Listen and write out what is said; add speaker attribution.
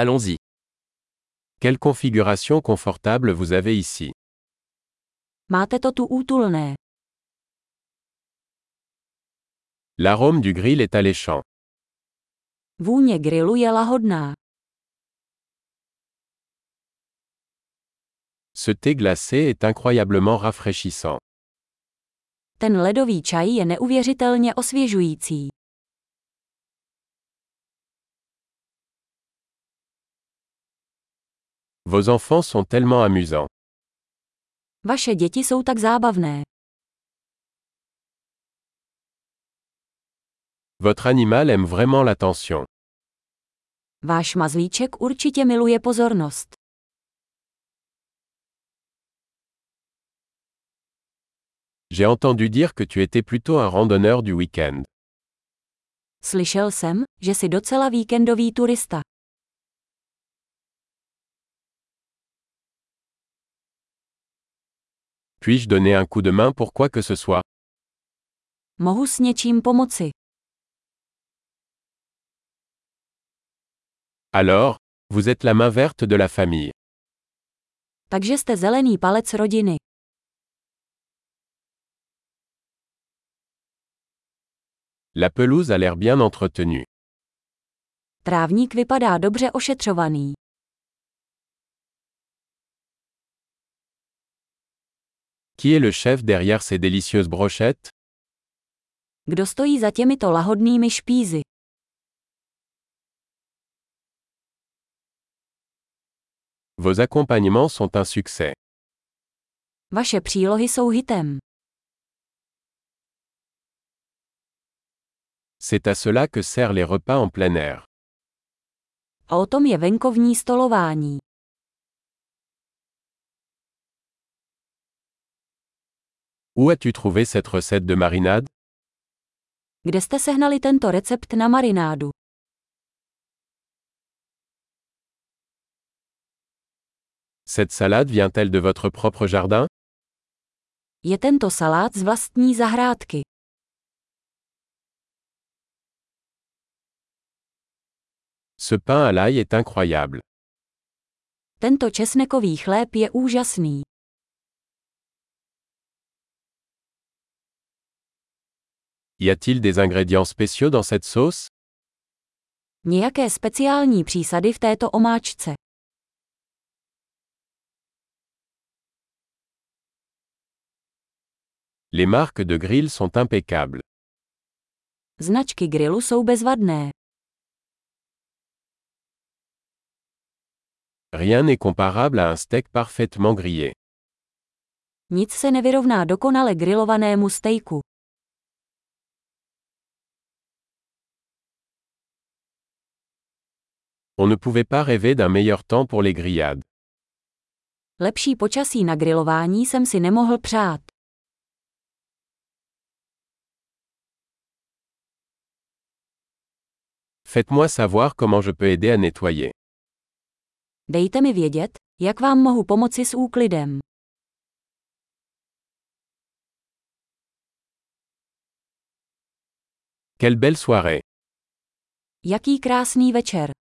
Speaker 1: Allons-y.
Speaker 2: Quelle configuration confortable vous avez ici.
Speaker 3: Máte to tu útulné.
Speaker 2: L'arôme du grill est alléchant.
Speaker 3: Vůně grilu je lahodná.
Speaker 2: Ce thé glacé est incroyablement rafraîchissant.
Speaker 3: Ten ledový čaj je neuvěřitelně osvěžující.
Speaker 2: Vos enfants sont tellement amusants.
Speaker 3: Vaše děti jsou tak zábavné.
Speaker 2: Votre animal aime vraiment l'attention.
Speaker 3: Váš mazlíček určitě miluje pozornost.
Speaker 2: J'ai entendu dire que tu étais plutôt un randonneur du week-end.
Speaker 3: Slyšel jsem, že jsi docela víkendový turista.
Speaker 2: Puis-je donner un coup de main pour quoi que ce soit
Speaker 3: Mohu s něčím pomoci.
Speaker 2: Alors, vous êtes la main verte de la famille.
Speaker 3: Takže jste zelený palec rodiny.
Speaker 2: La pelouse a l'air bien entretenue.
Speaker 3: Trávník vypadá dobře ošetřovaný.
Speaker 2: Qui est le chef derrière ces délicieuses brochettes
Speaker 3: Kdo stojí za těmito lahodnými špízy?
Speaker 2: Vos accompagnements sont un succès.
Speaker 3: Vaše přílohy jsou hitem.
Speaker 2: C'est à cela que servent les repas en plein air.
Speaker 3: A o tom je venkovní stolování.
Speaker 2: Où as-tu trouvé cette recette de marinade
Speaker 3: Kde jste sehnali tento recept na marinádu?
Speaker 2: Cette salade vient-elle de votre propre jardin
Speaker 3: Je tento salát z vlastní zahrádky.
Speaker 2: Ce pain à l'ail est incroyable.
Speaker 3: Tento česnekový chléb je úžasný.
Speaker 2: Y a-t-il des ingrédients spéciaux dans cette sauce
Speaker 3: Nějaké speciální přísady v této omáčce.
Speaker 2: Les marques de grill sont impeccables.
Speaker 3: Značky grilu jsou bezvadné.
Speaker 2: Rien n'est comparable à un steak parfaitement grillé.
Speaker 3: Nic se nevyrovná dokonale grilovanému stejku.
Speaker 2: On ne pouvait pas rêver d'un meilleur temps pour les grillades.
Speaker 3: Lepší počasí na grilování jsem si nemohl přát.
Speaker 2: Faites-moi savoir comment je peux aider à nettoyer.
Speaker 3: Dejte mi vědět, jak vám mohu pomoci s úklidem.
Speaker 2: Quelle belle soirée
Speaker 3: Jaký krásný večer.